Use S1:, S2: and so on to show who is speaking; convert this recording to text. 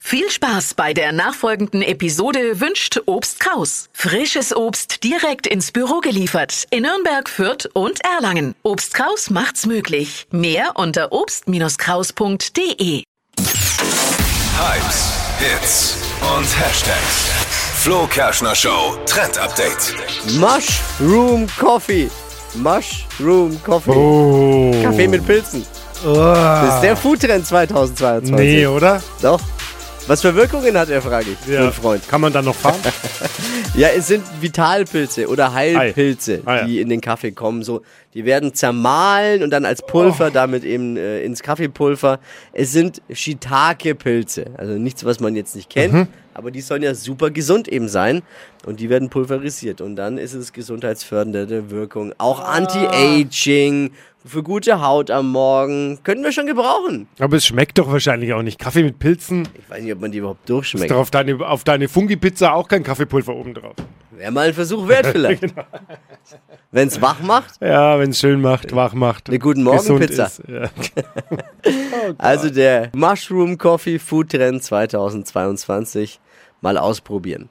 S1: Viel Spaß bei der nachfolgenden Episode wünscht Obst Kraus. Frisches Obst direkt ins Büro geliefert in Nürnberg, Fürth und Erlangen. Obst Kraus macht's möglich. Mehr unter obst-kraus.de.
S2: Hypes, Hits und Hashtags. Flo Kerschner Show Trend Update.
S3: Mushroom Coffee. Mushroom Coffee.
S4: Oh.
S3: Kaffee mit Pilzen. Das ist der Foodtrend 2022.
S4: Nee, oder?
S3: Doch. Was für Wirkungen hat er, frage ich, mein Freund.
S4: Kann man dann noch fahren?
S3: Ja, es sind Vitalpilze oder Heilpilze,
S4: Ah, ja.
S3: die in den Kaffee kommen. So, die werden zermahlen und dann als Pulver,
S4: Oh.
S3: damit eben äh, ins Kaffeepulver. Es sind Shiitake-Pilze, also nichts, was man jetzt nicht kennt,
S4: Mhm.
S3: aber die sollen ja super gesund eben sein und die werden pulverisiert und dann ist es gesundheitsfördernde Wirkung, auch
S4: Ah.
S3: Anti-Aging für gute Haut am Morgen können wir schon gebrauchen.
S4: Aber es schmeckt doch wahrscheinlich auch nicht. Kaffee mit Pilzen.
S3: Ich weiß nicht, ob man die überhaupt
S4: Ist
S3: durchschmeckt.
S4: doch auf deine, auf deine Fungi-Pizza auch kein Kaffeepulver oben drauf.
S3: Wäre mal ein Versuch wert vielleicht. Wenn es wach macht.
S4: Ja, wenn es schön macht, wach macht.
S3: Eine guten
S4: gesund
S3: Morgen-Pizza.
S4: ist. Ja.
S3: Also der Mushroom Coffee Food Trend 2022 mal ausprobieren.